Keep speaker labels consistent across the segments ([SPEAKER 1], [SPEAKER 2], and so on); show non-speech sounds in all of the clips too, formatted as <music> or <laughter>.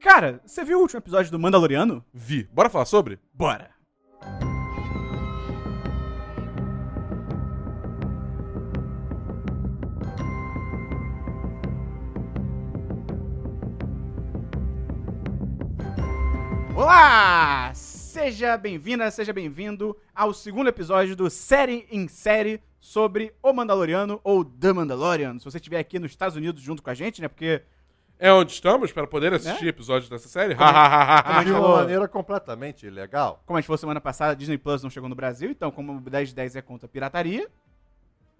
[SPEAKER 1] Cara, você viu o último episódio do Mandaloriano?
[SPEAKER 2] Vi. Bora falar sobre?
[SPEAKER 1] Bora! Olá! Seja bem-vinda, seja bem-vindo ao segundo episódio do Série em Série sobre o Mandaloriano ou The Mandalorian. Se você estiver aqui nos Estados Unidos junto com a gente, né? Porque
[SPEAKER 2] É onde estamos para poder assistir episódios dessa série?
[SPEAKER 1] como a
[SPEAKER 2] Hahaha.
[SPEAKER 1] gente
[SPEAKER 3] De uma
[SPEAKER 1] falou-
[SPEAKER 3] Ah, maneira completamente ilegal.
[SPEAKER 1] Como a gente falou semana passada, Disney Plus não chegou no Brasil, então como o 10 de 10 é contra a pirataria,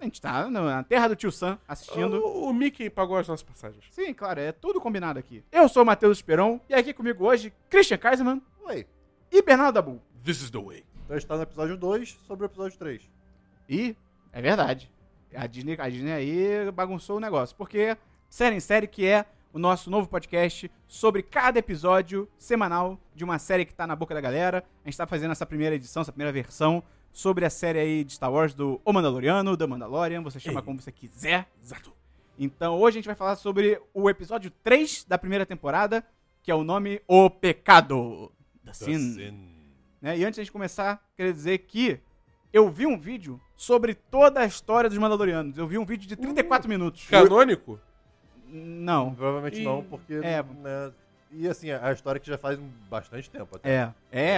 [SPEAKER 1] a gente tá na terra do tio Sam assistindo.
[SPEAKER 2] o, o Mickey pagou as nossas passagens.
[SPEAKER 1] Sim, claro, é tudo combinado aqui. Eu sou o Matheus Esperon, e aqui comigo hoje, Christian Kaiserman
[SPEAKER 3] Oi.
[SPEAKER 1] e Bernardo Dabu.
[SPEAKER 2] This is the way.
[SPEAKER 3] Então está no episódio 2 sobre o episódio 3.
[SPEAKER 1] E é verdade. A Disney, a Disney aí bagunçou o negócio. Porque série em série que é o nosso novo podcast sobre cada episódio semanal de uma série que tá na boca da galera. A gente tá fazendo essa primeira edição, essa primeira versão sobre a série aí de Star Wars do O Mandaloriano, da Mandalorian, você chama
[SPEAKER 2] Ei.
[SPEAKER 1] como você quiser.
[SPEAKER 2] Exato.
[SPEAKER 1] Então hoje a gente vai falar sobre o episódio 3 da primeira temporada, que é o nome O Pecado. The Sin né? E antes de a gente começar, queria dizer que eu vi um vídeo sobre toda a história dos Mandalorianos. Eu vi um vídeo de
[SPEAKER 3] Hum.
[SPEAKER 1] 34 minutos.
[SPEAKER 2] Canônico?
[SPEAKER 1] Não.
[SPEAKER 3] Provavelmente
[SPEAKER 2] E-
[SPEAKER 3] não, porque.
[SPEAKER 1] é.
[SPEAKER 3] né, e assim, é a história que já faz bastante tempo até.
[SPEAKER 1] É.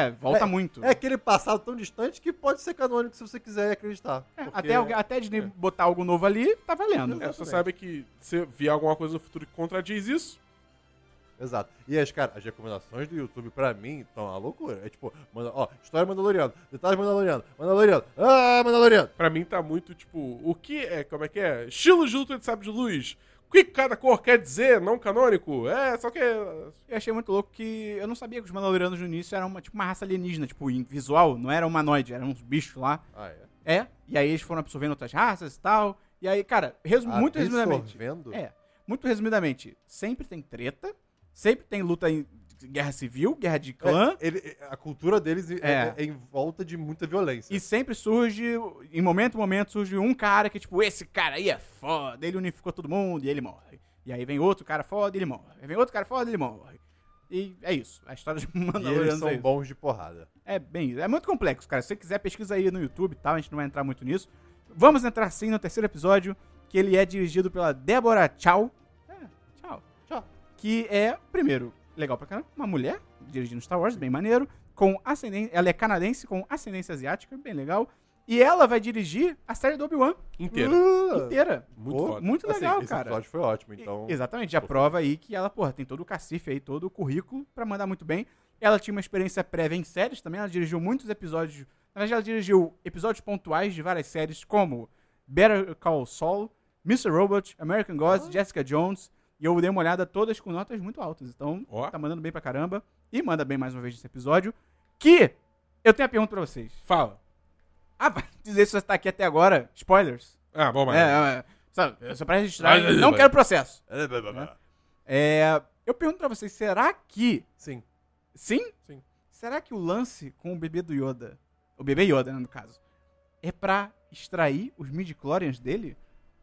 [SPEAKER 1] É, volta
[SPEAKER 3] É,
[SPEAKER 1] muito.
[SPEAKER 3] É aquele passado tão distante que pode ser canônico se você quiser acreditar.
[SPEAKER 1] É,
[SPEAKER 3] porque-
[SPEAKER 1] até, alguém- até a Disney botar algo novo ali, tá valendo.
[SPEAKER 2] É, você
[SPEAKER 3] Exatamente.
[SPEAKER 2] sabe que se vier alguma coisa no futuro que contradiz isso,
[SPEAKER 3] Exato. E as, cara, as recomendações do YouTube, pra mim, estão uma loucura. É tipo, manda- ó, história Mandaloriano, detalhes Mandaloriano, Mandaloriano, ah, Mandaloriano.
[SPEAKER 2] pra mim tá muito tipo, o que é, como é que é? Estilo de luta de sabre de luz. O que cada cor quer dizer, não canônico? É, só que.
[SPEAKER 1] Eu achei muito louco que eu não sabia que os Mandalorianos no início eram uma, tipo, uma raça alienígena, tipo, em visual, não era humanoide, eram uns bichos lá.
[SPEAKER 3] Ah, é.
[SPEAKER 1] É. E aí eles foram absorvendo outras raças e tal. E aí, cara, resu-
[SPEAKER 3] Ah,
[SPEAKER 1] muito resumidamente.
[SPEAKER 3] Absorvendo?
[SPEAKER 1] É, muito resumidamente, sempre tem treta, sempre tem luta em guerra civil, guerra de clã,
[SPEAKER 3] É, ele- a cultura deles é,
[SPEAKER 1] É.
[SPEAKER 3] é em volta de muita violência.
[SPEAKER 1] e sempre surge, em momento a momento, surge um cara que, tipo, esse cara aí é foda, ele unificou todo mundo e ele morre. E aí vem outro cara foda e ele morre. Aí vem outro cara foda e ele morre. E é isso. A história de <laughs>
[SPEAKER 3] E eles
[SPEAKER 1] Mandalorianos
[SPEAKER 3] são
[SPEAKER 1] é, isso.
[SPEAKER 3] bons de porrada.
[SPEAKER 1] é bem, é muito complexo, cara. Se você quiser, pesquisa aí no YouTube e tal, a gente não vai entrar muito nisso. Vamos entrar sim no terceiro episódio, que ele é dirigido pela Débora Tchau. É, tchau.
[SPEAKER 3] Tchau.
[SPEAKER 1] que é, primeiro, legal pra caramba, uma mulher dirigindo Star Wars, bem maneiro, com ascendência, ela é canadense com ascendência asiática, bem legal, e ela vai dirigir a série do Obi-Wan
[SPEAKER 2] Inteiro.
[SPEAKER 1] inteira.
[SPEAKER 2] Muito
[SPEAKER 3] Pô,
[SPEAKER 2] foda.
[SPEAKER 1] Muito
[SPEAKER 3] Assim,
[SPEAKER 1] legal,
[SPEAKER 3] esse
[SPEAKER 1] cara.
[SPEAKER 3] episódio foi ótimo,
[SPEAKER 1] E-
[SPEAKER 3] então.
[SPEAKER 1] Exatamente, já prova aí que ela, porra, tem todo o cacife aí, todo o currículo pra mandar muito bem. Ela tinha uma experiência prévia em séries também, ela dirigiu muitos episódios, na verdade ela dirigiu episódios pontuais de várias séries como Better Call Saul, Mr. Robot, American Gods, Jessica Jones, e eu dei uma olhada todas com notas muito altas, então
[SPEAKER 2] Ó.
[SPEAKER 1] tá mandando bem pra caramba e manda bem mais uma vez nesse episódio, que eu tenho a pergunta pra vocês.
[SPEAKER 2] Fala.
[SPEAKER 1] Ah, <laughs> vai dizer se você tá aqui até agora, spoilers.
[SPEAKER 2] Ah, bom, mas.
[SPEAKER 1] É, é, sabe, só pra registrar,
[SPEAKER 2] Vai, vai,
[SPEAKER 1] não
[SPEAKER 2] vai.
[SPEAKER 1] quero processo.
[SPEAKER 3] É, blá, blá, blá.
[SPEAKER 1] É, eu pergunto pra vocês, será que.
[SPEAKER 3] Sim.
[SPEAKER 1] Sim?
[SPEAKER 2] Sim.
[SPEAKER 1] Será que o lance com o bebê do Yoda. O bebê Yoda, né, no caso. É pra extrair os midi-chlorians dele?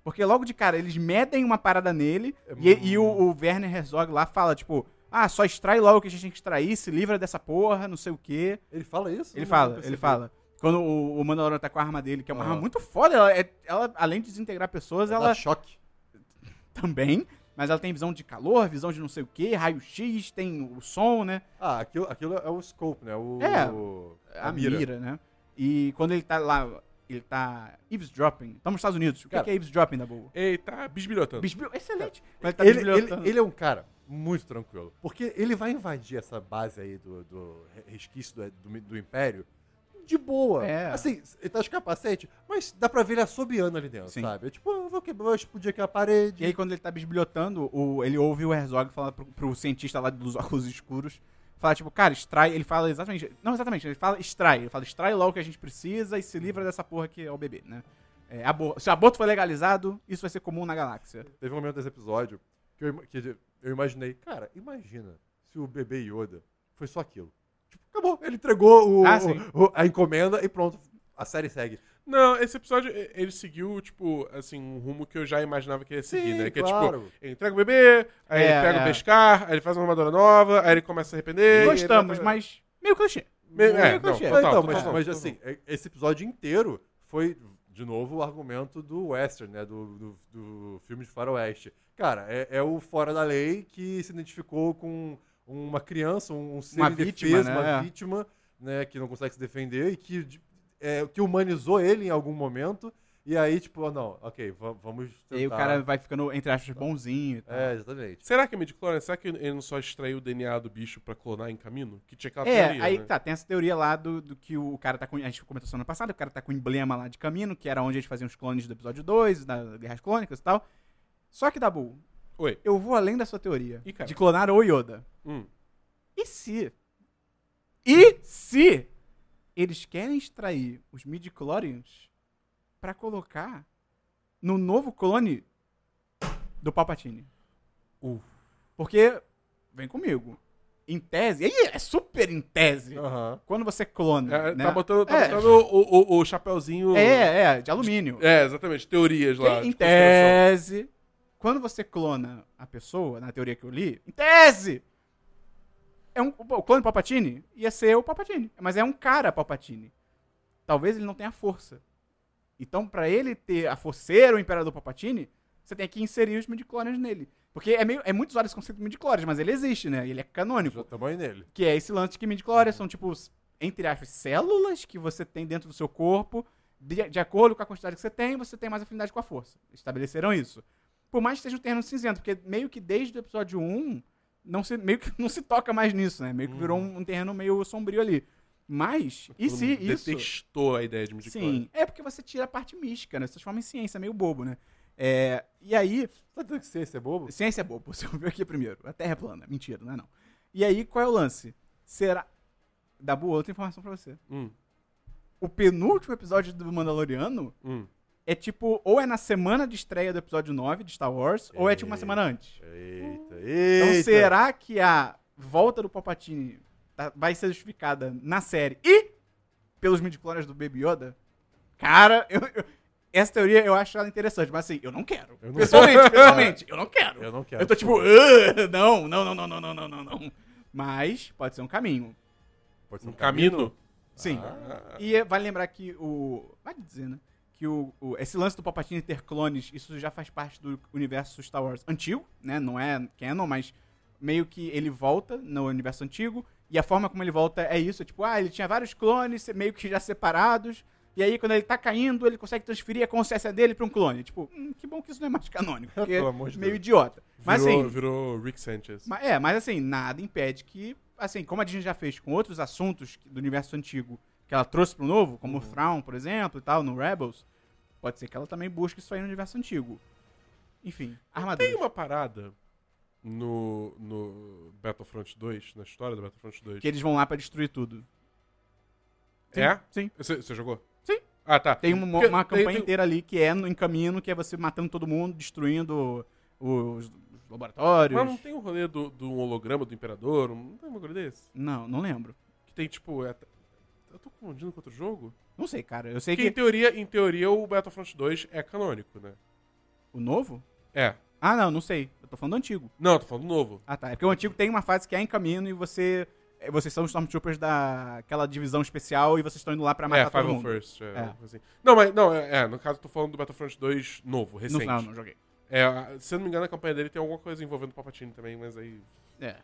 [SPEAKER 1] Porque logo de cara eles medem uma parada nele
[SPEAKER 3] É
[SPEAKER 1] e, e o, o Werner Herzog lá fala, tipo. Ah, só extrai logo o que a gente tem que extrair, se livra dessa porra, não sei o quê.
[SPEAKER 3] Ele fala isso?
[SPEAKER 1] Ele
[SPEAKER 3] Não
[SPEAKER 1] fala,
[SPEAKER 3] percebi.
[SPEAKER 1] ele fala. Quando o, o Mandalorian tá com a arma dele, que é uma
[SPEAKER 3] Aham.
[SPEAKER 1] arma muito foda, ela, é- ela, além de desintegrar pessoas,
[SPEAKER 3] Dá
[SPEAKER 1] ela
[SPEAKER 3] choque.
[SPEAKER 1] também, mas ela tem visão de calor, visão de não sei o que, raio-x, tem o som, né?
[SPEAKER 3] Ah, aquilo, aquilo é o scope, né? O,
[SPEAKER 1] É,
[SPEAKER 3] o-
[SPEAKER 1] A, mira. né? E quando ele tá lá, ele tá eavesdropping. Estamos nos Estados Unidos. O que
[SPEAKER 3] Cara.
[SPEAKER 1] que é eavesdropping da boa?
[SPEAKER 2] Eita, bisbilhotando.
[SPEAKER 1] Bisbil... Excelente. Quando ele tá
[SPEAKER 3] Ele, ele,
[SPEAKER 1] bisbilhotando.
[SPEAKER 3] ele é um cara muito tranquilo. Porque ele vai invadir essa base aí do, do resquício do, do, do Império de boa.
[SPEAKER 1] É.
[SPEAKER 3] Assim, ele tá de capacete, mas dá pra ver ele assobiando ali dentro,
[SPEAKER 1] Sim.
[SPEAKER 3] sabe? É Tipo, eu vou, quebrar, vou explodir aqui a parede.
[SPEAKER 1] E aí, quando ele tá bisbilhotando, o, ele ouve o Herzog falar pro, pro cientista lá dos óculos escuros. Falar, tipo, cara, extrai. Ele fala exatamente. Não, exatamente, ele fala extrai. Ele fala, extrai logo o que a gente precisa e se livra dessa porra que é o bebê, né? É, abor- Se o aborto for legalizado, isso vai ser comum na galáxia.
[SPEAKER 3] Teve um momento desse episódio que eu, im- que eu imaginei, cara, imagina se o bebê Yoda foi só aquilo. Tipo, acabou, ele entregou o-
[SPEAKER 1] Ah,
[SPEAKER 3] o-
[SPEAKER 1] sim.
[SPEAKER 3] o- a encomenda e pronto, a série segue.
[SPEAKER 2] Não, esse episódio, e- ele seguiu, tipo, assim, um rumo que eu já imaginava que ele ia seguir,
[SPEAKER 3] Sim,
[SPEAKER 2] né? Que é,
[SPEAKER 3] claro.
[SPEAKER 2] tipo, ele entrega o bebê, aí
[SPEAKER 1] É,
[SPEAKER 2] ele pega
[SPEAKER 1] é.
[SPEAKER 2] o pescar, aí ele faz uma armadura nova, aí ele começa a se arrepender. e
[SPEAKER 1] Gostamos,
[SPEAKER 2] ele-
[SPEAKER 1] mas meio clichê.
[SPEAKER 2] Me-
[SPEAKER 1] Meio
[SPEAKER 2] é, não,
[SPEAKER 1] clichê.
[SPEAKER 2] total,
[SPEAKER 3] então,
[SPEAKER 2] total,
[SPEAKER 3] mas,
[SPEAKER 2] total,
[SPEAKER 3] mas,
[SPEAKER 2] total.
[SPEAKER 3] assim, é- esse episódio inteiro foi, de novo, o argumento do western, né? Do, do, do filme de faroeste. Cara, é, é o fora da lei que se identificou com uma criança, um ser
[SPEAKER 1] Uma
[SPEAKER 3] indefeso,
[SPEAKER 1] vítima, né?
[SPEAKER 3] uma
[SPEAKER 1] É.
[SPEAKER 3] vítima, né? Que não consegue se defender e que, de- é, que humanizou ele em algum momento. E aí, tipo, ah, não, ok, va- vamos
[SPEAKER 1] E
[SPEAKER 3] tentar.
[SPEAKER 2] tá
[SPEAKER 1] aí o cara vai ficando, entre aspas, bonzinho e tal.
[SPEAKER 3] É, exatamente.
[SPEAKER 2] Será que é midichlorian? Será que ele não só extraiu o DNA do bicho pra clonar em caminho? Que tinha aquela
[SPEAKER 1] É,
[SPEAKER 2] teoria,
[SPEAKER 1] aí
[SPEAKER 2] né?
[SPEAKER 1] tá, tem essa teoria lá do, do que o cara tá com. A gente comentou semana passada, o cara tá com o emblema lá de Camino, que era onde eles faziam os clones do episódio 2, da Guerras Clônicas e tal. Só que, Dabu,
[SPEAKER 2] Oi.
[SPEAKER 1] eu vou além da sua teoria
[SPEAKER 2] Ih, cara.
[SPEAKER 1] de clonar o Yoda.
[SPEAKER 2] Hum.
[SPEAKER 1] E se? E se eles querem extrair os midi-chlorians pra colocar no novo clone do Palpatine?
[SPEAKER 2] Uh.
[SPEAKER 1] Porque, vem comigo, em tese, e aí é super em tese,
[SPEAKER 3] Aham.
[SPEAKER 1] quando você clona,
[SPEAKER 2] Ah. É,
[SPEAKER 1] né?
[SPEAKER 2] Tá botando, tá
[SPEAKER 1] É.
[SPEAKER 2] botando o, o, o chapeuzinho...
[SPEAKER 1] É, é, de alumínio.
[SPEAKER 2] É, exatamente, teorias lá. Tipo, é,
[SPEAKER 1] em
[SPEAKER 2] de conspiração.
[SPEAKER 1] tese, quando você clona a pessoa, na teoria que eu li, em tese, é um, o clone Palpatine ia ser o Palpatine, mas é um cara Palpatine. Talvez ele não tenha força. Então, pra ele ter a forceira, o Imperador Palpatine, você tem que inserir os midichlorians nele. Porque é, meio, é muito usado esse conceito de midichlorians, mas ele existe, né? Ele é canônico.
[SPEAKER 2] tipo,
[SPEAKER 3] Tamanho nele.
[SPEAKER 1] Que é esse lance de que midichlorians são, tipo, s- entre aspas, células que você tem dentro do seu corpo. De, de acordo com a quantidade que você tem, você tem mais afinidade com a força. Estabeleceram isso. Por mais que seja um terreno cinzento, porque meio que desde o episódio 1, não se, meio que <laughs> não se toca mais nisso, né? Meio que virou um, um terreno meio sombrio ali. Mas, e
[SPEAKER 2] Uhum. Todo
[SPEAKER 1] se
[SPEAKER 2] mundo
[SPEAKER 1] isso...
[SPEAKER 2] detestou a ideia de
[SPEAKER 3] tipo
[SPEAKER 2] midichlorian.
[SPEAKER 1] Sim, é porque você tira a parte mística, né? Você transforma em ciência, é meio bobo, né? É, e aí,
[SPEAKER 3] Tá dizendo que ciência é bobo?
[SPEAKER 1] Ciência é bobo, <laughs> você ouviu aqui primeiro. A Terra é plana. Mentira, não é não. E aí, qual é o lance? Será... Dabu, outra informação pra você.
[SPEAKER 2] Hum,
[SPEAKER 1] O penúltimo episódio do Mandaloriano
[SPEAKER 2] hum.
[SPEAKER 1] é tipo... Ou é na semana de estreia do episódio 9 de Star Wars, ou é tipo uma
[SPEAKER 3] Eita.
[SPEAKER 1] semana antes.
[SPEAKER 3] Eita,
[SPEAKER 1] Então,
[SPEAKER 3] eita.
[SPEAKER 1] será que a volta do Palpatine tá- vai ser justificada na série e pelos midichlorians do Baby Yoda? Cara, eu- eu- essa teoria eu acho ela interessante, mas assim, eu não quero.
[SPEAKER 3] Eu não-
[SPEAKER 1] pessoalmente, pessoalmente, eu não quero.
[SPEAKER 3] Eu não quero.
[SPEAKER 1] Eu tô tipo, "Ah, não, não, não, não, não, não, não, não, não. Mas pode ser um caminho.
[SPEAKER 3] Pode ser
[SPEAKER 2] Um caminho?
[SPEAKER 1] Sim.
[SPEAKER 2] Ah.
[SPEAKER 1] E eh, vale lembrar que o. Vale dizer, né? Que o, o- esse lance do Palpatine ter clones, isso já faz parte do universo Star Wars antigo, né? Não é canon, mas meio que ele volta no universo antigo. E a forma como ele volta é isso: é tipo, ah, ele tinha vários clones se- meio que já separados. E aí, quando ele tá caindo, ele consegue transferir a consciência dele pra um clone. Tipo, hum, que bom que isso não é mais
[SPEAKER 3] <laughs>
[SPEAKER 1] canônico. Porque
[SPEAKER 3] Pelo amor de
[SPEAKER 1] meio
[SPEAKER 3] Deus.
[SPEAKER 1] idiota. Mas
[SPEAKER 2] virou,
[SPEAKER 1] assim.
[SPEAKER 2] virou Rick Sanchez.
[SPEAKER 1] Ma- É, mas assim, nada impede que, assim, como a Disney já fez com outros assuntos que- do universo antigo que ela trouxe pro novo,
[SPEAKER 2] Uhum.
[SPEAKER 1] como o Thrawn, por exemplo, e tal, no Rebels, pode ser que ela também busque isso aí no universo antigo. Enfim, armadura.
[SPEAKER 2] Tem uma parada no, no Battlefront 2, na história do Battlefront 2.
[SPEAKER 1] Que eles vão lá pra destruir tudo. Sim,
[SPEAKER 2] É?
[SPEAKER 1] Sim.
[SPEAKER 2] Você você jogou?
[SPEAKER 1] Sim.
[SPEAKER 2] Ah, tá.
[SPEAKER 1] Tem uma,
[SPEAKER 2] Porque
[SPEAKER 1] uma
[SPEAKER 2] tem-
[SPEAKER 1] campanha
[SPEAKER 2] tem-
[SPEAKER 1] inteira ali que é no, em caminho, que é você matando todo mundo, destruindo os, os laboratórios.
[SPEAKER 2] Mas não tem um rolê do, do holograma do Imperador? um- Não tem um rolê desse?
[SPEAKER 1] Não, não lembro.
[SPEAKER 2] Que tem, tipo... é- Eu tô confundindo com outro jogo?
[SPEAKER 1] Não sei, cara. Eu sei
[SPEAKER 2] Porque, em,
[SPEAKER 1] É que.
[SPEAKER 2] teoria, em teoria, o Battlefront 2 é canônico, né?
[SPEAKER 1] O novo?
[SPEAKER 2] É.
[SPEAKER 1] Ah, não, não sei. Eu tô falando do antigo.
[SPEAKER 2] Não, eu tô falando do novo.
[SPEAKER 1] Ah, tá. É porque o antigo tem uma fase que é em caminho e você. é, Vocês são os Stormtroopers daquela divisão especial e vocês estão indo lá pra matar
[SPEAKER 2] é,
[SPEAKER 1] todo mundo.
[SPEAKER 2] 501st. É,
[SPEAKER 1] É.
[SPEAKER 2] uma coisa assim. Não, mas... Não, é, é, no caso, eu tô falando do Battlefront 2 novo,
[SPEAKER 1] Não,
[SPEAKER 2] recente.
[SPEAKER 1] não, não joguei.
[SPEAKER 2] É, a- se eu não me engano, a campanha dele tem alguma coisa envolvendo o Palpatine também, mas aí...
[SPEAKER 1] É.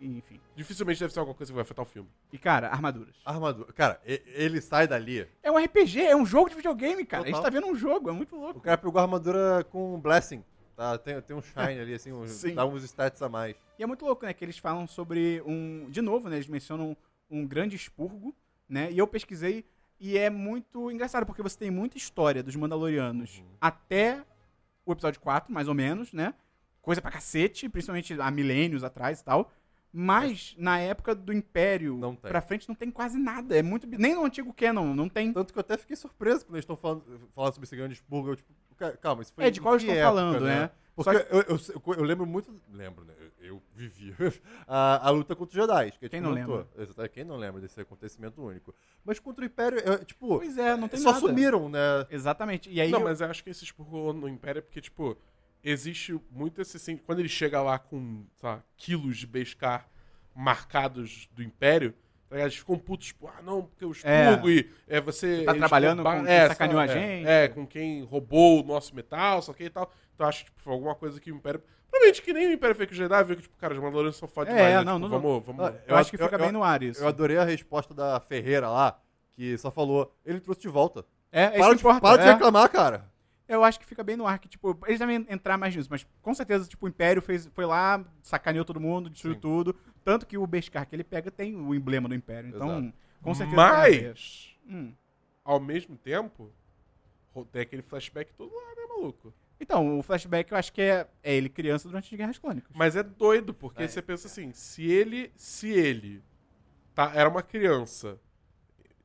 [SPEAKER 1] Enfim.
[SPEAKER 2] Dificilmente deve ser alguma coisa que vai afetar o filme.
[SPEAKER 1] E, cara, armaduras.
[SPEAKER 3] Armadura. Cara, e- ele sai dali.
[SPEAKER 1] É um RPG, é um jogo de videogame, cara. A gente
[SPEAKER 3] Total.
[SPEAKER 1] tá vendo um jogo, é muito
[SPEAKER 3] O
[SPEAKER 1] louco.
[SPEAKER 3] cara pegou a armadura com um Blessing. Tá, tem, tem um shine ali, assim, um-
[SPEAKER 1] Sim.
[SPEAKER 3] dá uns stats a mais.
[SPEAKER 1] E é muito louco, né? Que eles falam sobre um. De novo, né? Eles mencionam um grande expurgo, né? E eu pesquisei e é muito engraçado, porque você tem muita história dos Mandalorianos
[SPEAKER 3] Uhum.
[SPEAKER 1] até o episódio 4, mais ou menos, né? Coisa pra cacete, principalmente há milênios atrás e tal. Mas na época do Império
[SPEAKER 3] É. Não tem.
[SPEAKER 1] pra frente não tem quase nada. É muito. bi- Nem no antigo Canon, não tem.
[SPEAKER 3] Tanto que eu até fiquei surpreso quando eles estão falando, falando sobre esse grande expurgo. Eu, tipo, ca- calma, isso foi.
[SPEAKER 1] É de qual
[SPEAKER 3] em
[SPEAKER 1] eu estou
[SPEAKER 3] que época,
[SPEAKER 1] falando, né?
[SPEAKER 3] Porque eu, eu- eu lembro muito. Lembro, né? Eu, eu vivi <laughs> a, a luta contra os Jedi. Que a gente
[SPEAKER 1] Quem não
[SPEAKER 3] comentou.
[SPEAKER 1] lembra?
[SPEAKER 3] Exato, Quem não lembra desse acontecimento único? Mas contra o Império, é, tipo,
[SPEAKER 1] Pois é, não tem
[SPEAKER 3] só
[SPEAKER 1] nada.
[SPEAKER 3] sumiram, né?
[SPEAKER 1] Exatamente. É, E aí,
[SPEAKER 2] Não,
[SPEAKER 1] eu-
[SPEAKER 2] mas eu acho que esse expurgou no Império porque, tipo, existe muito esse. sen- Quando ele chega lá com, sei lá, quilos de Beskar marcados do Império, tá ligado? eles ficam putos, tipo, ah, não, porque eu expurgo e é, você.
[SPEAKER 1] Você tá
[SPEAKER 2] eles
[SPEAKER 1] trabalhando
[SPEAKER 2] roubaram-
[SPEAKER 1] com quem
[SPEAKER 2] sei lá,
[SPEAKER 1] sacaneou a
[SPEAKER 2] é,
[SPEAKER 1] gente.
[SPEAKER 2] É, com quem roubou o nosso metal, só que e tal. Então eu acho que tipo, foi alguma coisa que o Império. Provavelmente que nem o Império fez com o Jedi, viu que, tipo, cara, os Mandalorianos são foda
[SPEAKER 1] É,
[SPEAKER 2] demais. né?
[SPEAKER 1] não,
[SPEAKER 2] Tipo,
[SPEAKER 1] não-
[SPEAKER 2] vamos, vamos.
[SPEAKER 3] Ah,
[SPEAKER 1] eu, acho que
[SPEAKER 3] eu-
[SPEAKER 1] fica
[SPEAKER 3] eu-
[SPEAKER 1] bem no ar isso.
[SPEAKER 3] Eu adorei a resposta da Ferreira lá, que só falou: ele trouxe de volta.
[SPEAKER 1] é, é isso
[SPEAKER 3] Para,
[SPEAKER 1] que
[SPEAKER 3] de,
[SPEAKER 1] importa.
[SPEAKER 3] para de
[SPEAKER 1] é.
[SPEAKER 3] reclamar, cara.
[SPEAKER 1] Eu acho que fica bem no ar que, tipo, eles devem entrar mais nisso, mas com certeza, tipo, o Império fez, foi lá, sacaneou todo mundo, destruiu
[SPEAKER 3] Sim.
[SPEAKER 1] tudo. Tanto que o Beskar que ele pega tem o emblema do Império. Então,
[SPEAKER 3] Exato.
[SPEAKER 1] com certeza. tem a ver.
[SPEAKER 2] Mas.
[SPEAKER 1] Hum.
[SPEAKER 2] ao mesmo tempo, ro- tem aquele flashback todo lá, né, maluco?
[SPEAKER 1] Então, o flashback eu acho que é, é ele criança durante as Guerras Clônicas.
[SPEAKER 2] Mas é doido, porque
[SPEAKER 3] É,
[SPEAKER 2] você pensa assim, se ele, se ele tá, era uma criança,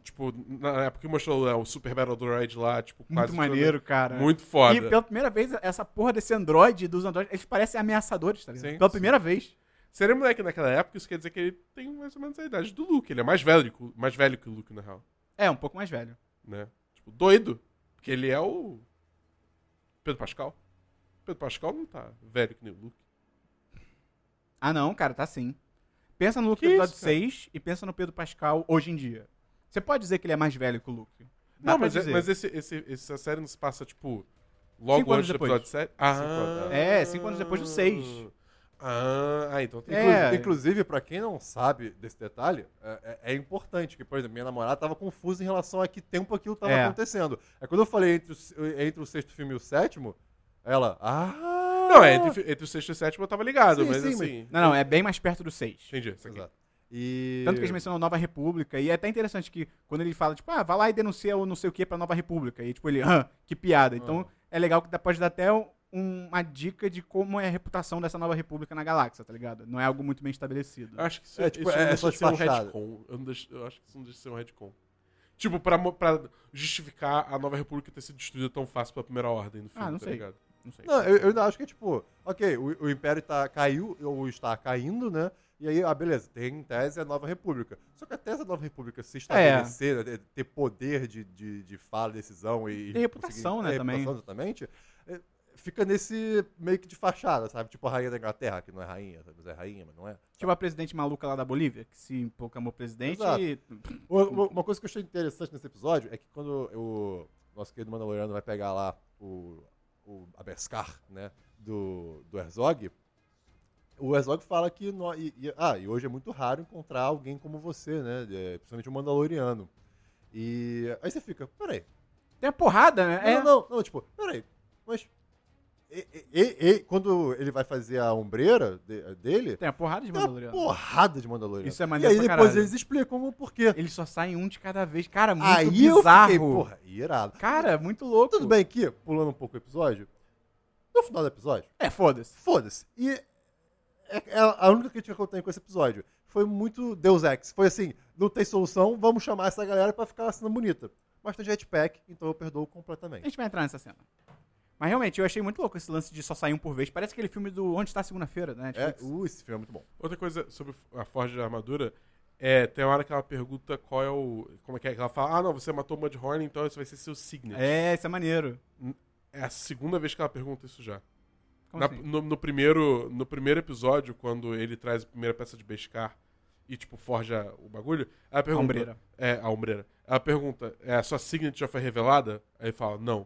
[SPEAKER 2] tipo, na época que mostrou né, o Super Battle Droid lá, tipo,
[SPEAKER 1] Muito
[SPEAKER 2] quase...
[SPEAKER 1] maneiro, cara.
[SPEAKER 2] Muito foda.
[SPEAKER 1] E pela primeira vez, essa porra desse androide, dos androides, eles parecem ameaçadores, tá ligado?
[SPEAKER 2] Sim,
[SPEAKER 1] pela
[SPEAKER 2] sim.
[SPEAKER 1] primeira vez.
[SPEAKER 2] Se ele é moleque naquela época, isso quer dizer que ele tem mais ou menos a idade do Luke. Ele é mais velho, que o- mais velho que o Luke, na real,
[SPEAKER 1] É, um pouco mais velho.
[SPEAKER 2] né? Tipo, doido. Porque ele é o... Pedro Pascal. Pedro Pascal não tá velho que nem o Luke.
[SPEAKER 1] Ah, não, cara, tá sim. Pensa no Luke
[SPEAKER 2] Que
[SPEAKER 1] do episódio
[SPEAKER 2] isso, cara?
[SPEAKER 1] 6 e pensa no Pedro Pascal hoje em dia. Você pode dizer que ele é mais velho que o Luke. Dá
[SPEAKER 2] Não,
[SPEAKER 1] pra
[SPEAKER 2] mas, é-
[SPEAKER 1] dizer.
[SPEAKER 2] mas esse, esse- essa série não se passa, tipo, logo
[SPEAKER 1] Cinco anos
[SPEAKER 2] antes do
[SPEAKER 1] depois.
[SPEAKER 2] episódio Ah, 7?
[SPEAKER 3] Ah. anos.
[SPEAKER 1] É, cinco anos depois do seis.
[SPEAKER 2] Ah, ah, então tem
[SPEAKER 1] É.
[SPEAKER 2] que-
[SPEAKER 3] Inclu- Inclusive, pra quem não sabe desse detalhe, é, é- é importante que, por exemplo, minha namorada tava confusa em relação a que tempo aquilo tava
[SPEAKER 1] É.
[SPEAKER 3] acontecendo. Aí quando eu falei entre o, se- entre o sexto filme e o sétimo, ela, ah...
[SPEAKER 2] Não, é, entre, entre o sexto e o sétimo eu tava ligado,
[SPEAKER 3] Sim,
[SPEAKER 2] mas
[SPEAKER 3] sim,
[SPEAKER 2] assim...
[SPEAKER 1] Não, não, é bem mais perto do 6.
[SPEAKER 2] Entendi, isso aqui.
[SPEAKER 3] Exato. E...
[SPEAKER 1] Tanto que eles mencionam Nova República. E é até interessante que quando ele fala, tipo, ah, vai lá e denuncia o não sei o que pra Nova República. E tipo, ele, <laughs> ah, que piada. Então é legal que dá- pode dar até um- uma dica de como é a reputação dessa Nova República na galáxia, tá ligado? Não é algo muito bem estabelecido.
[SPEAKER 2] Eu Acho que isso,
[SPEAKER 3] É, tipo,
[SPEAKER 2] isso
[SPEAKER 3] é
[SPEAKER 2] não
[SPEAKER 3] só
[SPEAKER 2] deixa de ser um
[SPEAKER 3] despachado.
[SPEAKER 2] retcon. Eu, não deixo- eu acho que isso não deixa de ser um retcon. Tipo, pra, mo- pra justificar a Nova República ter sido destruída tão fácil pela primeira ordem no filme,
[SPEAKER 1] Ah, não
[SPEAKER 2] tá
[SPEAKER 1] sei.
[SPEAKER 2] ligado?
[SPEAKER 1] Não sei.
[SPEAKER 3] Não, eu, eu ainda acho que é tipo, ok, o, o Império tá, caiu ou está caindo, né? E aí, ah, beleza, tem em tese a Nova República. Só que até essa Nova República se estabelecer,
[SPEAKER 1] É.
[SPEAKER 3] né, ter- ter poder de, de, de fala, decisão e...
[SPEAKER 1] Tem reputação,
[SPEAKER 3] conseguir-
[SPEAKER 1] né,
[SPEAKER 3] é,
[SPEAKER 1] também.
[SPEAKER 3] reputação, exatamente. é, Fica nesse meio que de fachada, sabe? Tipo a rainha da Inglaterra, que não é rainha, sabe? Mas é rainha, mas não é.
[SPEAKER 1] Tipo a presidente maluca lá da Bolívia, que se empolcamou presidente
[SPEAKER 3] Exato.
[SPEAKER 1] e.
[SPEAKER 3] Uma, uma- uma coisa que eu achei interessante nesse episódio é que quando o nosso querido Mandaloriano vai pegar lá o, o Abescar, né, do, do Herzog, o Herzog fala que nó- e, e- ah, e hoje é muito raro encontrar alguém como você, né, de- principalmente um Mandaloriano. E aí você fica, peraí,
[SPEAKER 1] Tem a porrada, né?
[SPEAKER 3] não, não, não, tipo, peraí, mas e- e- e- e- quando ele vai fazer a ombreira de- dele,
[SPEAKER 1] Tem a porrada de
[SPEAKER 3] tem uma
[SPEAKER 1] Mandaloriano.
[SPEAKER 3] porrada de Mandaloriano.
[SPEAKER 1] Isso é
[SPEAKER 3] e
[SPEAKER 1] maneiro
[SPEAKER 3] aí
[SPEAKER 1] pra
[SPEAKER 3] depois
[SPEAKER 1] caralho.
[SPEAKER 3] eles explicam o porquê
[SPEAKER 1] Eles só saem um de cada vez. Cara, muito
[SPEAKER 3] aí
[SPEAKER 1] bizarro.
[SPEAKER 3] eu fiquei, porra, irado.
[SPEAKER 1] Cara, muito louco.
[SPEAKER 3] Tudo bem aqui, pulando um pouco o episódio. No final do episódio,
[SPEAKER 1] É, foda-se.
[SPEAKER 3] foda-se. E é- é a única crítica que eu tenho com esse episódio foi muito Deus Ex. Foi assim, não tem solução, vamos chamar essa galera pra ficar uma cena bonita. Mas tem jetpack, então eu perdoo
[SPEAKER 1] A
[SPEAKER 3] completamente.
[SPEAKER 1] gente vai entrar nessa cena. Mas realmente, eu achei muito louco esse lance de só sair um por vez. Parece aquele filme do Onde Está a Segunda-feira, né?
[SPEAKER 3] É,
[SPEAKER 1] Netflix.
[SPEAKER 3] uh, esse filme é muito bom.
[SPEAKER 2] Outra coisa sobre a Forja da Armadura é, tem uma hora que ela pergunta qual é o... Como é que é? que Ela fala, ah, não, você matou o Mudhorn, então isso vai ser seu signet.
[SPEAKER 1] É, isso é maneiro.
[SPEAKER 2] É a segunda vez que ela pergunta isso já.
[SPEAKER 1] Como
[SPEAKER 2] Na-
[SPEAKER 1] assim?
[SPEAKER 2] no, no primeiro, no primeiro episódio, quando ele traz a primeira peça de Beskar e, tipo, forja o bagulho, ela pergunta...
[SPEAKER 1] ombreira.
[SPEAKER 2] É, a ombreira. Ela pergunta, é, a sua signet já foi revelada? Aí ele fala, não.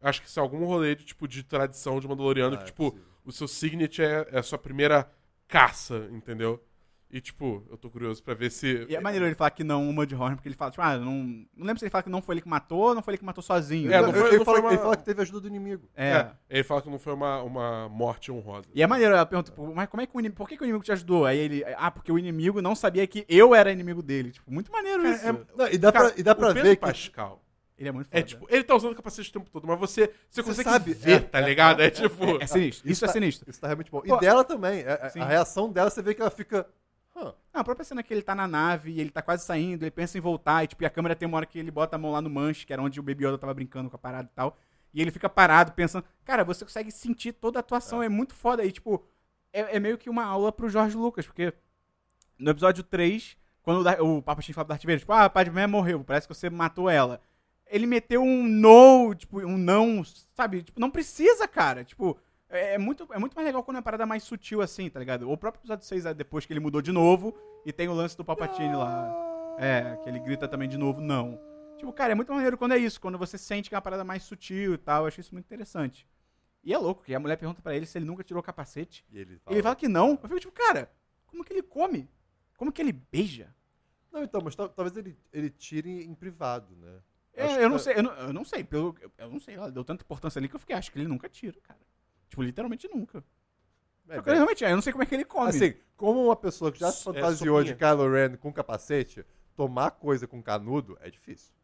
[SPEAKER 2] Acho que isso é algum rolê de, tipo, de tradição de Mandaloriano,
[SPEAKER 3] Ah,
[SPEAKER 2] que,
[SPEAKER 3] é
[SPEAKER 2] tipo,
[SPEAKER 3] possível.
[SPEAKER 2] o seu signet é, é a sua primeira caça, entendeu? E, tipo, eu tô curioso pra ver se...
[SPEAKER 1] E é maneiro ele falar que não o Mudhorn, porque ele fala, tipo, ah, não, não lembro se ele fala que não foi ele que matou ou não foi ele que matou sozinho.
[SPEAKER 2] É,
[SPEAKER 1] né?
[SPEAKER 2] não
[SPEAKER 3] ele,
[SPEAKER 2] foi-
[SPEAKER 3] ele
[SPEAKER 2] não foi
[SPEAKER 3] fala,
[SPEAKER 2] uma-
[SPEAKER 3] ele fala que teve ajuda do inimigo.
[SPEAKER 1] É.
[SPEAKER 2] Ele fala que não foi uma, uma morte honrosa.
[SPEAKER 1] E é maneiro, ela pergunta, tipo, mas como é que o inimigo, por que, que o inimigo te ajudou? Aí ele, ah, porque o inimigo não sabia que eu era inimigo dele. Tipo, muito maneiro
[SPEAKER 2] É,
[SPEAKER 1] isso.
[SPEAKER 3] Não, e dá
[SPEAKER 2] Cara,
[SPEAKER 3] pra, e dá
[SPEAKER 2] o
[SPEAKER 3] pra
[SPEAKER 2] Pedro
[SPEAKER 3] ver que.
[SPEAKER 2] Pascal...
[SPEAKER 1] Ele é muito foda.
[SPEAKER 2] É tipo, ele tá usando capacete o tempo todo, mas você, você consegue
[SPEAKER 3] sabe,
[SPEAKER 2] ver,
[SPEAKER 3] é,
[SPEAKER 2] tá ligado? É, tipo.
[SPEAKER 1] É sinistro. Isso é
[SPEAKER 3] tá-
[SPEAKER 1] sinistro.
[SPEAKER 3] Isso tá realmente bom. E
[SPEAKER 1] Pô,
[SPEAKER 3] dela também. é- é-
[SPEAKER 1] sim.
[SPEAKER 3] A, reação dela, você vê que ela fica. "Hã,
[SPEAKER 1] Não, a própria cena que ele tá na nave e ele tá quase saindo, ele pensa em voltar, e tipo, e a câmera tem uma hora que ele bota a mão lá no manche, que era onde o Baby Yoda tava brincando com a parada e tal. E ele fica parado pensando. Cara, você consegue sentir toda a atuação, é, muito foda. E, tipo, é, é meio que uma aula pro Jorge Lucas, porque no episódio 3, quando o, Dar- o Papa Shin fala pro Darth Vader, tipo, ah, a Padmé morreu, parece que você matou ela. Ele meteu um no, tipo, um não, sabe? Tipo, não precisa, cara. Tipo, é, é muito, é muito mais legal quando é uma parada mais sutil assim, tá ligado? O próprio episódio 6, é depois que ele mudou de novo, e tem o lance do Papatini
[SPEAKER 3] Ah.
[SPEAKER 1] lá. É, que ele grita também de novo, não. Tipo, cara, é muito maneiro quando é isso, quando você sente que é uma parada mais sutil e tal. Eu acho isso muito interessante. E é louco, que a mulher pergunta pra ele se ele nunca tirou o capacete.
[SPEAKER 3] E ele fala,
[SPEAKER 1] Ele fala que não. Eu fico tipo, cara, como que ele come? Como que ele beija?
[SPEAKER 3] Não, então, mas tal- talvez ele, ele tire em privado, né?
[SPEAKER 1] É,
[SPEAKER 3] Acho
[SPEAKER 1] eu
[SPEAKER 3] que
[SPEAKER 1] não
[SPEAKER 3] tá-
[SPEAKER 1] sei, eu não, eu não sei. Pelo, eu, eu não sei, ela deu tanta importância ali que eu fiquei, acho que ele nunca tira, cara. Tipo, literalmente nunca.
[SPEAKER 3] é,
[SPEAKER 1] Só que
[SPEAKER 3] bem,
[SPEAKER 1] ele realmente, eu não sei como é que ele come.
[SPEAKER 3] Assim, como uma pessoa que já
[SPEAKER 2] É
[SPEAKER 3] se fantasiou de
[SPEAKER 2] sopinha.
[SPEAKER 3] Kylo Ren com capacete, tomar coisa com canudo é difícil.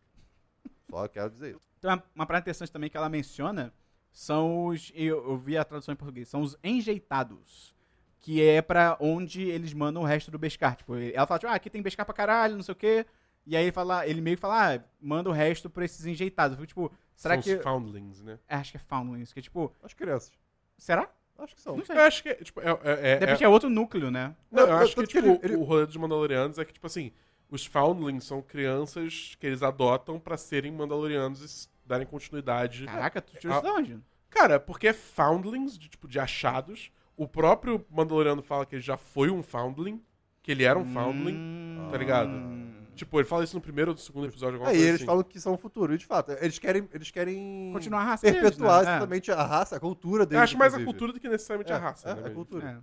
[SPEAKER 3] Só quero dizer isso.
[SPEAKER 1] Então, uma- uma parada interessante também que ela menciona são os. Eu, eu vi a tradução em português, são os enjeitados. Que é pra onde eles mandam o resto do Beskar. Tipo, ele- ela fala, tipo, ah, aqui tem Beskar pra caralho, não sei o quê. E aí ele fala, ele meio que fala, ah, manda o resto pra esses enjeitados. Eu fico, tipo, será
[SPEAKER 2] São os
[SPEAKER 1] que.
[SPEAKER 2] Foundlings, né?
[SPEAKER 1] É, acho que é Foundlings, que é tipo,
[SPEAKER 3] As crianças.
[SPEAKER 1] será?
[SPEAKER 3] Acho que são.
[SPEAKER 1] Não sei.
[SPEAKER 2] Eu acho que é, tipo, é, é, é-
[SPEAKER 1] De repente é outro núcleo, né?
[SPEAKER 2] Não, eu
[SPEAKER 3] Não,
[SPEAKER 2] acho que,
[SPEAKER 3] tanto
[SPEAKER 2] tipo,
[SPEAKER 3] que ele- ele-
[SPEAKER 2] o rolê dos Mandalorianos é que, tipo assim, os Foundlings são crianças que eles adotam pra serem Mandalorianos e s- darem continuidade.
[SPEAKER 1] Caraca, tu tirou isso
[SPEAKER 2] Ah.
[SPEAKER 1] de onde?
[SPEAKER 2] Cara, porque é Foundlings, de, tipo, de achados. O próprio Mandaloriano fala que ele já foi um Foundling, que ele era um Foundling.
[SPEAKER 1] Hum.
[SPEAKER 2] tá ligado? Tipo, ele fala isso no primeiro ou no segundo episódio, alguma
[SPEAKER 3] Aí
[SPEAKER 2] coisa
[SPEAKER 3] eles
[SPEAKER 2] assim.
[SPEAKER 3] falam que são o futuro, e de fato. Eles querem. Eles
[SPEAKER 2] <laughs>
[SPEAKER 3] querem
[SPEAKER 1] Continuar a raça deles, né?
[SPEAKER 3] perpetuar
[SPEAKER 1] É.
[SPEAKER 3] exatamente a raça, a cultura
[SPEAKER 2] Eu
[SPEAKER 3] deles.
[SPEAKER 2] acho mais a
[SPEAKER 3] inclusive.
[SPEAKER 2] cultura do que necessariamente a
[SPEAKER 3] É,
[SPEAKER 2] raça,
[SPEAKER 3] é,
[SPEAKER 2] né?
[SPEAKER 3] a
[SPEAKER 2] velho?
[SPEAKER 3] cultura.
[SPEAKER 1] É.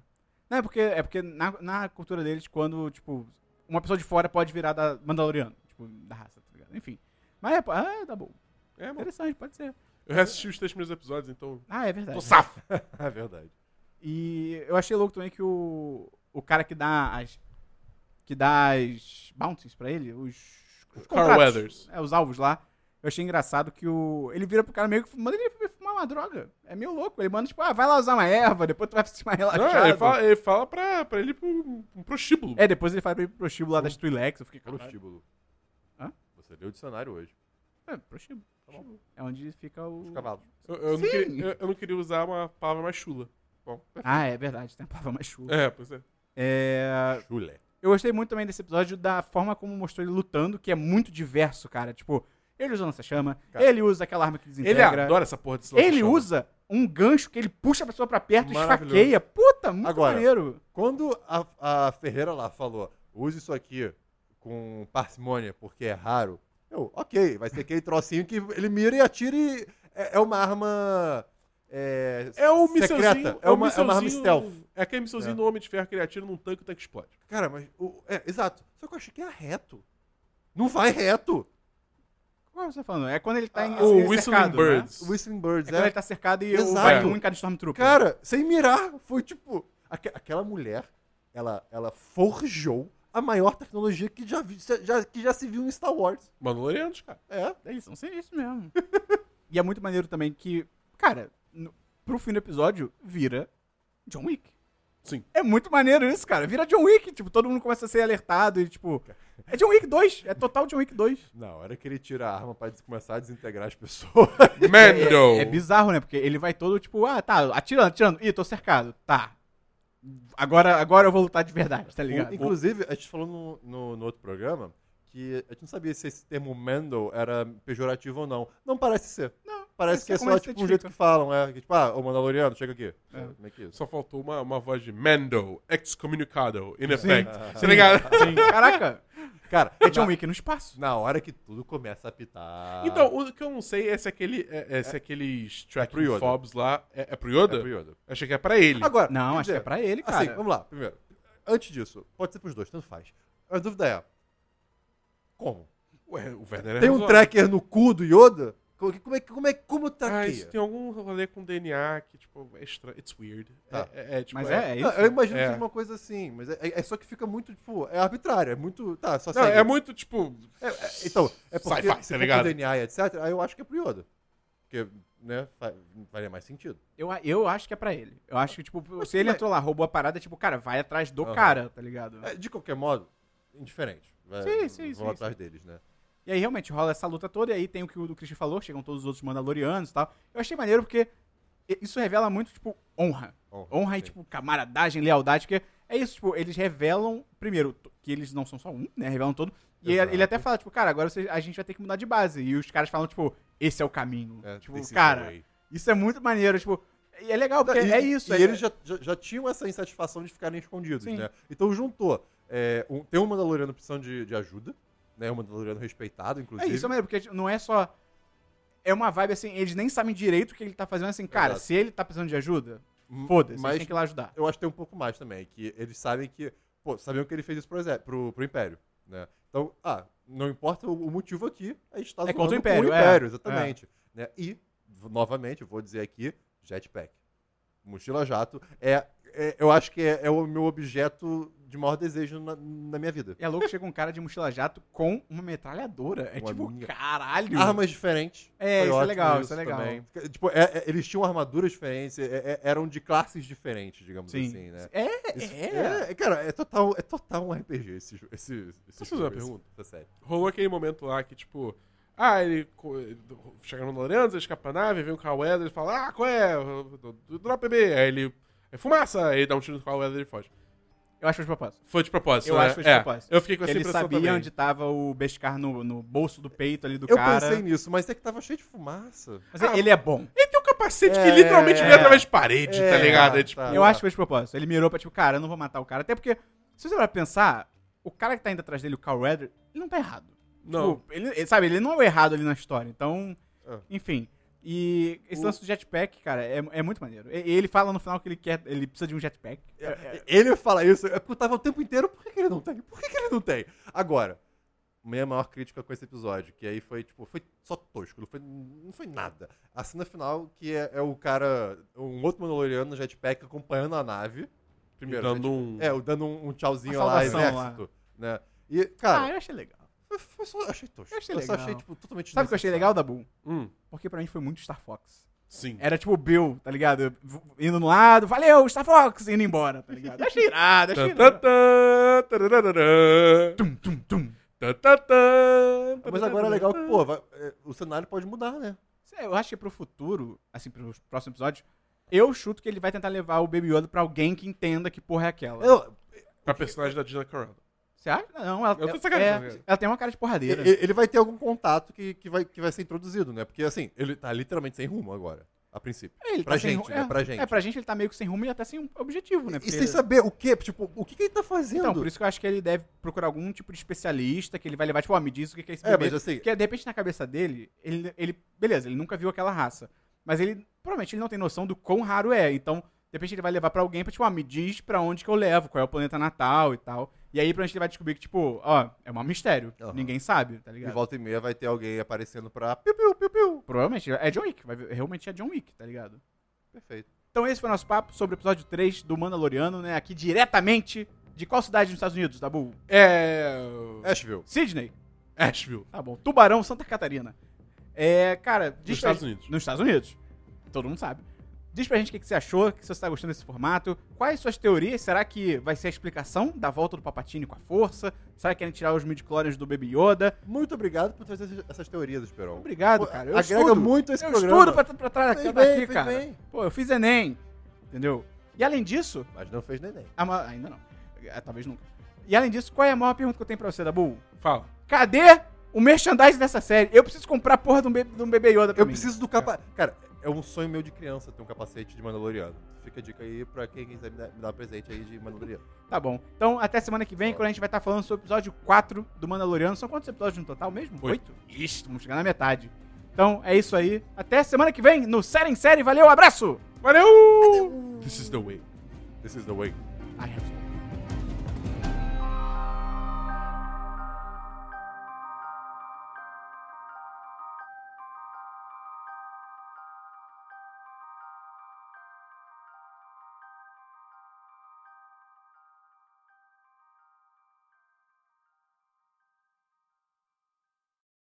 [SPEAKER 1] Não, é porque, é porque na, na cultura deles, quando, tipo, uma pessoa de fora pode virar da Mandaloriano, tipo, da raça, tá ligado? Enfim. Mas é, ah, tá bom.
[SPEAKER 2] É, mano.
[SPEAKER 1] Interessante, pode ser.
[SPEAKER 2] Eu reassisti os três primeiros episódios, então.
[SPEAKER 1] Ah, é verdade.
[SPEAKER 2] Tô safo!
[SPEAKER 3] É verdade.
[SPEAKER 1] E eu achei louco também que o, o cara que dá as. que dá as bounties pra ele, os. os
[SPEAKER 2] Carl
[SPEAKER 1] contratos,
[SPEAKER 2] Weathers.
[SPEAKER 1] É, os alvos lá. Eu achei engraçado que o. Ele vira pro cara meio que. Manda ele fumar uma droga. É meio louco. Ele manda, tipo, ah, vai lá usar uma erva, depois tu vai se mais relaxado.
[SPEAKER 2] Não, ele fala, ele fala pra, pra ele ir pro, um prostíbulo.
[SPEAKER 1] É, depois ele fala pra ele pro prostíbulo lá das Twilex. Eu fiquei,
[SPEAKER 2] É.
[SPEAKER 1] caralho.
[SPEAKER 3] Prostíbulo.
[SPEAKER 1] Hã?
[SPEAKER 3] Você leu o dicionário hoje.
[SPEAKER 1] É, prostíbulo. prostíbulo. É onde fica o.
[SPEAKER 3] Tá
[SPEAKER 2] Hum.
[SPEAKER 3] Os cavalos.
[SPEAKER 2] Eu, eu não queria, eu, eu não queria usar uma palavra mais chula. Bom,
[SPEAKER 1] Ah, é verdade, tem a palavra mais
[SPEAKER 3] Uhum.
[SPEAKER 1] chula.
[SPEAKER 2] é, pois é.
[SPEAKER 1] É,
[SPEAKER 3] Chulé.
[SPEAKER 1] Eu gostei muito também desse episódio da forma como mostrou ele lutando, que é muito diverso, cara. Tipo, ele usa lança-chama,
[SPEAKER 3] Cara,
[SPEAKER 1] ele usa aquela arma que
[SPEAKER 2] Ele
[SPEAKER 1] desintegra.
[SPEAKER 2] adora essa porra desse
[SPEAKER 1] Ele
[SPEAKER 2] lança-chama.
[SPEAKER 1] usa um gancho que ele puxa a pessoa pra perto e
[SPEAKER 3] Maravilhoso.
[SPEAKER 1] esfaqueia. Puta, muito
[SPEAKER 3] Agora.
[SPEAKER 1] maneiro.
[SPEAKER 3] Quando a, a Ferreira lá falou, use isso aqui com parcimônia, porque é raro, eu, ok, vai ser aquele trocinho que ele mira e atira e é, é uma arma. É,
[SPEAKER 2] É o
[SPEAKER 3] secreta,
[SPEAKER 2] missilzinho.
[SPEAKER 3] é uma, é uma arma stealth.
[SPEAKER 2] missilzinho- É aquele missilzinho
[SPEAKER 3] É.
[SPEAKER 2] do Homem de Ferro que ele atira num tanque e o tanque explode.
[SPEAKER 3] Cara, mas. o- é, exato. Só que eu achei que era reto. Não vai reto.
[SPEAKER 1] Qual você tá falando? É quando ele tá em,
[SPEAKER 2] o
[SPEAKER 1] cercado,
[SPEAKER 2] Whistling
[SPEAKER 1] né?
[SPEAKER 2] Birds.
[SPEAKER 3] Whistling
[SPEAKER 1] É
[SPEAKER 3] Ah. Birds,
[SPEAKER 1] quando
[SPEAKER 3] é.
[SPEAKER 1] ele tá cercado e o
[SPEAKER 3] Exato.
[SPEAKER 1] vai um em cada Stormtrooper.
[SPEAKER 3] Cara, sem mirar, foi tipo. aque- aquela mulher, ela, ela forjou a maior tecnologia que já, vi- já- que já se viu em Star Wars.
[SPEAKER 2] Mandalorianos, cara.
[SPEAKER 3] É.
[SPEAKER 1] Eles são sinistros mesmo. <laughs> e é muito maneiro também que, cara, no- pro fim do episódio, vira John Wick.
[SPEAKER 2] Sim.
[SPEAKER 1] É muito maneiro isso, cara. Vira John Wick. Tipo, todo mundo começa a ser alertado e, tipo. É John Wick 2. É total John Wick 2.
[SPEAKER 3] Na hora que ele tira a arma pra des- começar a desintegrar as pessoas.
[SPEAKER 2] Mando!
[SPEAKER 1] <laughs> É bizarro, né? Porque ele vai todo, tipo, ah, tá, atirando, atirando. Ih, tô cercado. Tá. Agora, agora eu vou lutar de verdade, tá ligado?
[SPEAKER 3] Inclusive, a gente falou no, no- no outro programa que a gente não sabia se esse termo Mandel era pejorativo ou não. Não parece ser.
[SPEAKER 1] Não,
[SPEAKER 3] Parece
[SPEAKER 1] isso
[SPEAKER 3] que é
[SPEAKER 1] como
[SPEAKER 3] só
[SPEAKER 1] eles
[SPEAKER 3] tipo, um
[SPEAKER 1] identificam.
[SPEAKER 3] jeito que falam, é. Que, tipo, ah, o Mandaloriano, chega aqui.
[SPEAKER 1] É.
[SPEAKER 3] Como é que é isso?
[SPEAKER 2] Só faltou uma, uma voz de Mando, excommunicado, in effect.
[SPEAKER 1] Sim, Ah.
[SPEAKER 2] Tá ligado?
[SPEAKER 1] sim. Caraca,
[SPEAKER 3] Cara,
[SPEAKER 1] é John Wick no espaço.
[SPEAKER 3] um na hora que tudo começa a apitar.
[SPEAKER 2] Então, o que eu não sei é se, aquele, é, é se aqueles
[SPEAKER 3] pro
[SPEAKER 2] tracking
[SPEAKER 3] Yoda.
[SPEAKER 2] fobs lá... É, é pro Yoda?
[SPEAKER 3] É pro Yoda.
[SPEAKER 2] Achei que é pra ele.
[SPEAKER 3] Agora,
[SPEAKER 1] Não,
[SPEAKER 3] quer
[SPEAKER 1] acho que é
[SPEAKER 3] dizer,
[SPEAKER 1] pra ele, cara.
[SPEAKER 3] Assim, vamos lá, primeiro. Antes disso, pode ser pros dois, tanto faz. A dúvida é: como?
[SPEAKER 2] Ué, o Werner é
[SPEAKER 3] Tem um
[SPEAKER 2] razoável.
[SPEAKER 3] tracker no cu do Yoda? Co- Como é que como é, como
[SPEAKER 2] Ah,
[SPEAKER 3] traqueia?
[SPEAKER 2] isso tem algum rolê com DNA que, tipo, é estranho. It's weird.
[SPEAKER 3] Tá.
[SPEAKER 2] É, é- é, tipo,
[SPEAKER 1] Mas é, é isso.
[SPEAKER 3] Não, eu imagino
[SPEAKER 2] É.
[SPEAKER 3] que seja uma coisa assim, mas é, é- é só que fica muito, tipo, é arbitrário, é muito. Tá, só
[SPEAKER 2] Não,
[SPEAKER 3] segue.
[SPEAKER 2] é muito, tipo...
[SPEAKER 3] É- é- então, é porque
[SPEAKER 2] Sci-fi, tá
[SPEAKER 3] se for
[SPEAKER 2] ligado?
[SPEAKER 3] com DNA e etc, aí eu acho que é pro Yoda. Porque, né, fa- faria mais sentido.
[SPEAKER 1] Eu, eu acho que é pra ele. Eu acho que, tipo, se ele
[SPEAKER 3] mas-
[SPEAKER 1] entrou lá, roubou a parada, tipo, cara, vai atrás do
[SPEAKER 3] Aham.
[SPEAKER 1] cara, tá ligado?
[SPEAKER 3] É, de qualquer modo, indiferente. É,
[SPEAKER 1] Sim, sim,
[SPEAKER 3] vão
[SPEAKER 1] sim,
[SPEAKER 3] atrás deles, né?
[SPEAKER 1] E aí realmente rola essa luta toda, e aí tem o que o Christian falou, chegam todos os outros Mandalorianos e tal. Eu achei maneiro porque e- isso revela muito, tipo, honra.
[SPEAKER 3] Honra,
[SPEAKER 1] Honra e,
[SPEAKER 3] sim.
[SPEAKER 1] tipo, camaradagem, lealdade, porque é isso, tipo, eles revelam, primeiro, t- que eles não são só um, né? Revelam todo. E
[SPEAKER 3] Exato.
[SPEAKER 1] ele até fala, tipo, cara, agora você- a gente vai ter que mudar de base. E os caras falam, tipo, esse é o caminho.
[SPEAKER 3] É,
[SPEAKER 1] tipo,
[SPEAKER 3] this is the
[SPEAKER 1] cara,
[SPEAKER 3] way.
[SPEAKER 1] isso é muito maneiro, tipo, e é legal, porque
[SPEAKER 3] E-
[SPEAKER 1] é isso.
[SPEAKER 3] E
[SPEAKER 1] é,
[SPEAKER 3] eles já, já, já tinham essa insatisfação de ficarem escondidos,
[SPEAKER 1] Sim.
[SPEAKER 3] né? Então juntou. é, um- tem um Mandaloriano precisando de, de ajuda, né? Um Mandaloriano respeitado,
[SPEAKER 1] É
[SPEAKER 3] inclusive.
[SPEAKER 1] isso mesmo, porque tipo, não é só. É uma vibe assim, eles nem sabem direito o que ele tá fazendo assim, cara,
[SPEAKER 3] Exato.
[SPEAKER 1] se ele tá precisando de ajuda,
[SPEAKER 3] Hum,
[SPEAKER 1] foda-se, a gente
[SPEAKER 3] Mas
[SPEAKER 1] tem que ir lá ajudar.
[SPEAKER 3] eu acho que tem um pouco mais também, que eles sabem que. Pô, sabiam que ele fez isso pro, exé- pro, pro Império, né? Então, ah, não importa o, o motivo aqui, a gente tá
[SPEAKER 1] É
[SPEAKER 3] zoando
[SPEAKER 1] contra o
[SPEAKER 3] com
[SPEAKER 1] Império, é.
[SPEAKER 3] exatamente. Né? E, v- novamente, vou dizer aqui, jetpack. Mochila jato é, é- eu acho que é, é o meu objeto de maior desejo na, na minha vida.
[SPEAKER 1] E é louco, chega um cara de mochila jato com uma metralhadora. É
[SPEAKER 3] Uma
[SPEAKER 1] tipo,
[SPEAKER 3] minha-
[SPEAKER 1] caralho.
[SPEAKER 3] Armas diferentes.
[SPEAKER 1] É, isso é
[SPEAKER 3] ótimo
[SPEAKER 1] legal, isso é legal.
[SPEAKER 3] Porque, Tipo, é- é- eles tinham armaduras diferentes, é- é- eram de classes diferentes, digamos
[SPEAKER 1] Sim.
[SPEAKER 3] assim, né?
[SPEAKER 1] É,
[SPEAKER 3] Isso-
[SPEAKER 1] é.
[SPEAKER 3] é, Cara, é total, é total um RPG esse jogo. Esse, esse
[SPEAKER 2] Posso fazer uma
[SPEAKER 3] jogo, esse-
[SPEAKER 2] pergunta?
[SPEAKER 3] essa série.
[SPEAKER 2] Rolou aquele momento lá que, tipo, ah, ele co- chega no Lorenzo, ele escapa a nave, vem o Carl Weathers e fala, ah, qual é? Drop BB. Aí ele, é fumaça, aí ele dá um tiro no Carl Weathers e foge.
[SPEAKER 1] Eu acho que foi de
[SPEAKER 3] Tipo
[SPEAKER 1] propósito.
[SPEAKER 2] Foi de propósito,
[SPEAKER 1] Eu
[SPEAKER 2] né?
[SPEAKER 1] acho que foi de
[SPEAKER 2] É,
[SPEAKER 1] propósito.
[SPEAKER 2] Eu fiquei com
[SPEAKER 3] assim,
[SPEAKER 1] Porque ele
[SPEAKER 2] essa impressão
[SPEAKER 1] sabia
[SPEAKER 2] também.
[SPEAKER 1] onde tava o Beskar no, no bolso do peito ali do
[SPEAKER 3] Eu
[SPEAKER 1] cara.
[SPEAKER 3] pensei nisso, mas é que tava cheio de fumaça.
[SPEAKER 1] Mas
[SPEAKER 2] Ah,
[SPEAKER 1] ele é bom.
[SPEAKER 2] Ele tem um capacete que
[SPEAKER 3] É,
[SPEAKER 2] literalmente
[SPEAKER 1] é,
[SPEAKER 2] vem através de parede,
[SPEAKER 3] é,
[SPEAKER 2] tá ligado? É,
[SPEAKER 3] tá.
[SPEAKER 2] tipo,
[SPEAKER 1] Eu acho que foi de propósito. Ele mirou pra tipo, cara, eu não vou matar o cara. Até porque, se você vai pensar, o cara que tá indo atrás dele, o Carl Redder, ele não tá errado.
[SPEAKER 2] Não. Ah.
[SPEAKER 1] Tipo, ele, ele- sabe, ele não é o errado ali na história. Então,
[SPEAKER 3] É.
[SPEAKER 1] enfim. E esse
[SPEAKER 3] O-
[SPEAKER 1] lance do jetpack, cara, é, é muito maneiro. E- e ele fala no final que ele quer, ele precisa de um jetpack.
[SPEAKER 3] Ele fala isso, é eu perguntava o tempo inteiro por que, que ele não tem? Por que, que ele não tem? Agora, minha maior crítica com esse episódio, que aí foi, tipo, foi só tosco, não foi, não foi nada. A cena final, que é, é o cara, um outro Mandaloriano no jetpack acompanhando a nave. Primeiro,
[SPEAKER 2] dando um...
[SPEAKER 3] É, o dando um, um tchauzinho
[SPEAKER 1] Uma
[SPEAKER 3] lá,
[SPEAKER 1] saudação lá.
[SPEAKER 3] exército. Né? E,
[SPEAKER 1] Ah,
[SPEAKER 3] cara,
[SPEAKER 1] eu achei legal.
[SPEAKER 3] eu, eu só achei tosco.
[SPEAKER 1] eu achei
[SPEAKER 3] só
[SPEAKER 1] legal.
[SPEAKER 3] achei, tipo, totalmente
[SPEAKER 1] Sabe o que eu achei legal,
[SPEAKER 3] desnecessário.
[SPEAKER 1] Dabu?
[SPEAKER 2] Hum,
[SPEAKER 1] Porque pra mim foi muito Star Fox.
[SPEAKER 2] sim.
[SPEAKER 1] Era tipo o Bill, tá ligado? V- Indo no lado, valeu, Star Fox, indo embora, tá ligado? Eu
[SPEAKER 2] <laughs>
[SPEAKER 1] achei irado, achei
[SPEAKER 2] Tan,
[SPEAKER 1] irado.
[SPEAKER 2] tan, tan, tarararã.
[SPEAKER 1] Tum, tum, tum.
[SPEAKER 2] Tan, tan, tan,
[SPEAKER 3] Mas agora é legal que, pô, vai- é, o cenário pode mudar, né?
[SPEAKER 1] Sei, Eu acho que pro futuro, assim, pros próximos episódios, eu chuto que ele vai tentar levar o Baby Yoda pra alguém que entenda que porra é aquela.
[SPEAKER 3] Eu-
[SPEAKER 2] Pra personagem da Gina Carano.
[SPEAKER 1] Você acha? Não, ela,
[SPEAKER 2] Eu tô
[SPEAKER 1] ela-
[SPEAKER 2] sacanagem,
[SPEAKER 1] é-
[SPEAKER 2] cara.
[SPEAKER 1] ela tem uma cara de
[SPEAKER 3] e-
[SPEAKER 1] porradeira.
[SPEAKER 3] e- ele vai ter algum contato que, que, vai, que vai ser introduzido, né? Porque, assim, ele tá literalmente sem rumo agora, a princípio.
[SPEAKER 1] É, ele
[SPEAKER 3] pra
[SPEAKER 1] sem
[SPEAKER 3] gente,
[SPEAKER 1] ru-
[SPEAKER 3] né?
[SPEAKER 1] é,
[SPEAKER 3] Pra gente.
[SPEAKER 1] É, pra gente ele tá meio que sem rumo e até sem um objetivo, né?
[SPEAKER 3] E
[SPEAKER 1] Porque-
[SPEAKER 3] sem saber o quê? Tipo, o que, que ele tá fazendo?
[SPEAKER 1] Então, por isso que eu acho que ele deve procurar algum tipo de especialista que ele vai levar, tipo, ó, me diz o que que é esse
[SPEAKER 3] É,
[SPEAKER 1] bebê.
[SPEAKER 3] mas assim-
[SPEAKER 1] Porque, de repente, na cabeça dele, ele, ele... Beleza, ele nunca viu aquela raça. Mas ele, provavelmente, ele não tem noção do quão raro é. Então, de repente, ele vai levar pra alguém pra, tipo, ó, me diz pra onde que eu levo, qual é o planeta natal e tal. E aí, provavelmente, ele vai descobrir que, tipo, ó, é um mistério.
[SPEAKER 3] Aham.
[SPEAKER 1] Ninguém sabe, tá
[SPEAKER 3] E
[SPEAKER 1] ligado?
[SPEAKER 3] volta e meia vai ter alguém aparecendo pra piu, piu, piu, piu.
[SPEAKER 1] Provavelmente, é John Wick. Vai, ver- realmente é John Wick, tá ligado?
[SPEAKER 3] Perfeito.
[SPEAKER 1] Então esse foi o nosso papo sobre o episódio 3 do Mandaloriano, né? Aqui diretamente de qual cidade nos Estados Unidos, Dabu?
[SPEAKER 2] É...
[SPEAKER 3] Asheville.
[SPEAKER 1] Sydney?
[SPEAKER 2] Asheville.
[SPEAKER 1] Tá bom. Tubarão, Santa Catarina. É, cara...
[SPEAKER 2] Dos
[SPEAKER 1] diz pra
[SPEAKER 2] Estados
[SPEAKER 1] gente-
[SPEAKER 2] Unidos.
[SPEAKER 1] Nos Estados Unidos. Todo mundo sabe. Diz pra gente o que que você achou, que se você tá gostando desse formato, quais suas teorias, será que vai ser a explicação da volta do Papatini com a força? Será que querem tirar os midi-chlorians do Baby Yoda?
[SPEAKER 3] Muito obrigado por trazer essas- essas teorias, Esperon.
[SPEAKER 1] Obrigado, cara. Eu
[SPEAKER 3] Agrega
[SPEAKER 1] estudo.
[SPEAKER 3] muito esse
[SPEAKER 1] eu
[SPEAKER 3] programa.
[SPEAKER 1] estudo pra, pra trás
[SPEAKER 3] Fez
[SPEAKER 1] aqui,
[SPEAKER 3] bem, fez
[SPEAKER 1] cara.
[SPEAKER 3] bem.
[SPEAKER 1] Pô, eu fiz Enem, entendeu? E além disso,
[SPEAKER 3] Mas não fez neném.
[SPEAKER 1] A ma- Ainda não. É, Talvez nunca. E além disso, qual é a maior pergunta que eu tenho pra você, Dabu?
[SPEAKER 2] Fala.
[SPEAKER 1] Cadê o merchandising dessa série? Eu preciso comprar a porra de um, be de um bebê Yoda pra
[SPEAKER 3] Eu
[SPEAKER 1] mim.
[SPEAKER 3] preciso do capacete. Cara, é um sonho meu de criança ter um capacete de Mandaloriano. Fica a dica aí pra quem quiser me dar, me dar um presente aí de Mandaloriano.
[SPEAKER 1] Tá bom. Então, até semana que vem, quando a gente vai estar falando sobre o episódio 4 do Mandaloriano. São quantos episódios no total mesmo?
[SPEAKER 2] Oito.
[SPEAKER 1] Isso, vamos chegar na metade. Então, é isso aí. Até semana que vem no Série em Série. Valeu, abraço!
[SPEAKER 2] Valeu! This is the way.
[SPEAKER 3] This is the way.
[SPEAKER 1] Ai, eu-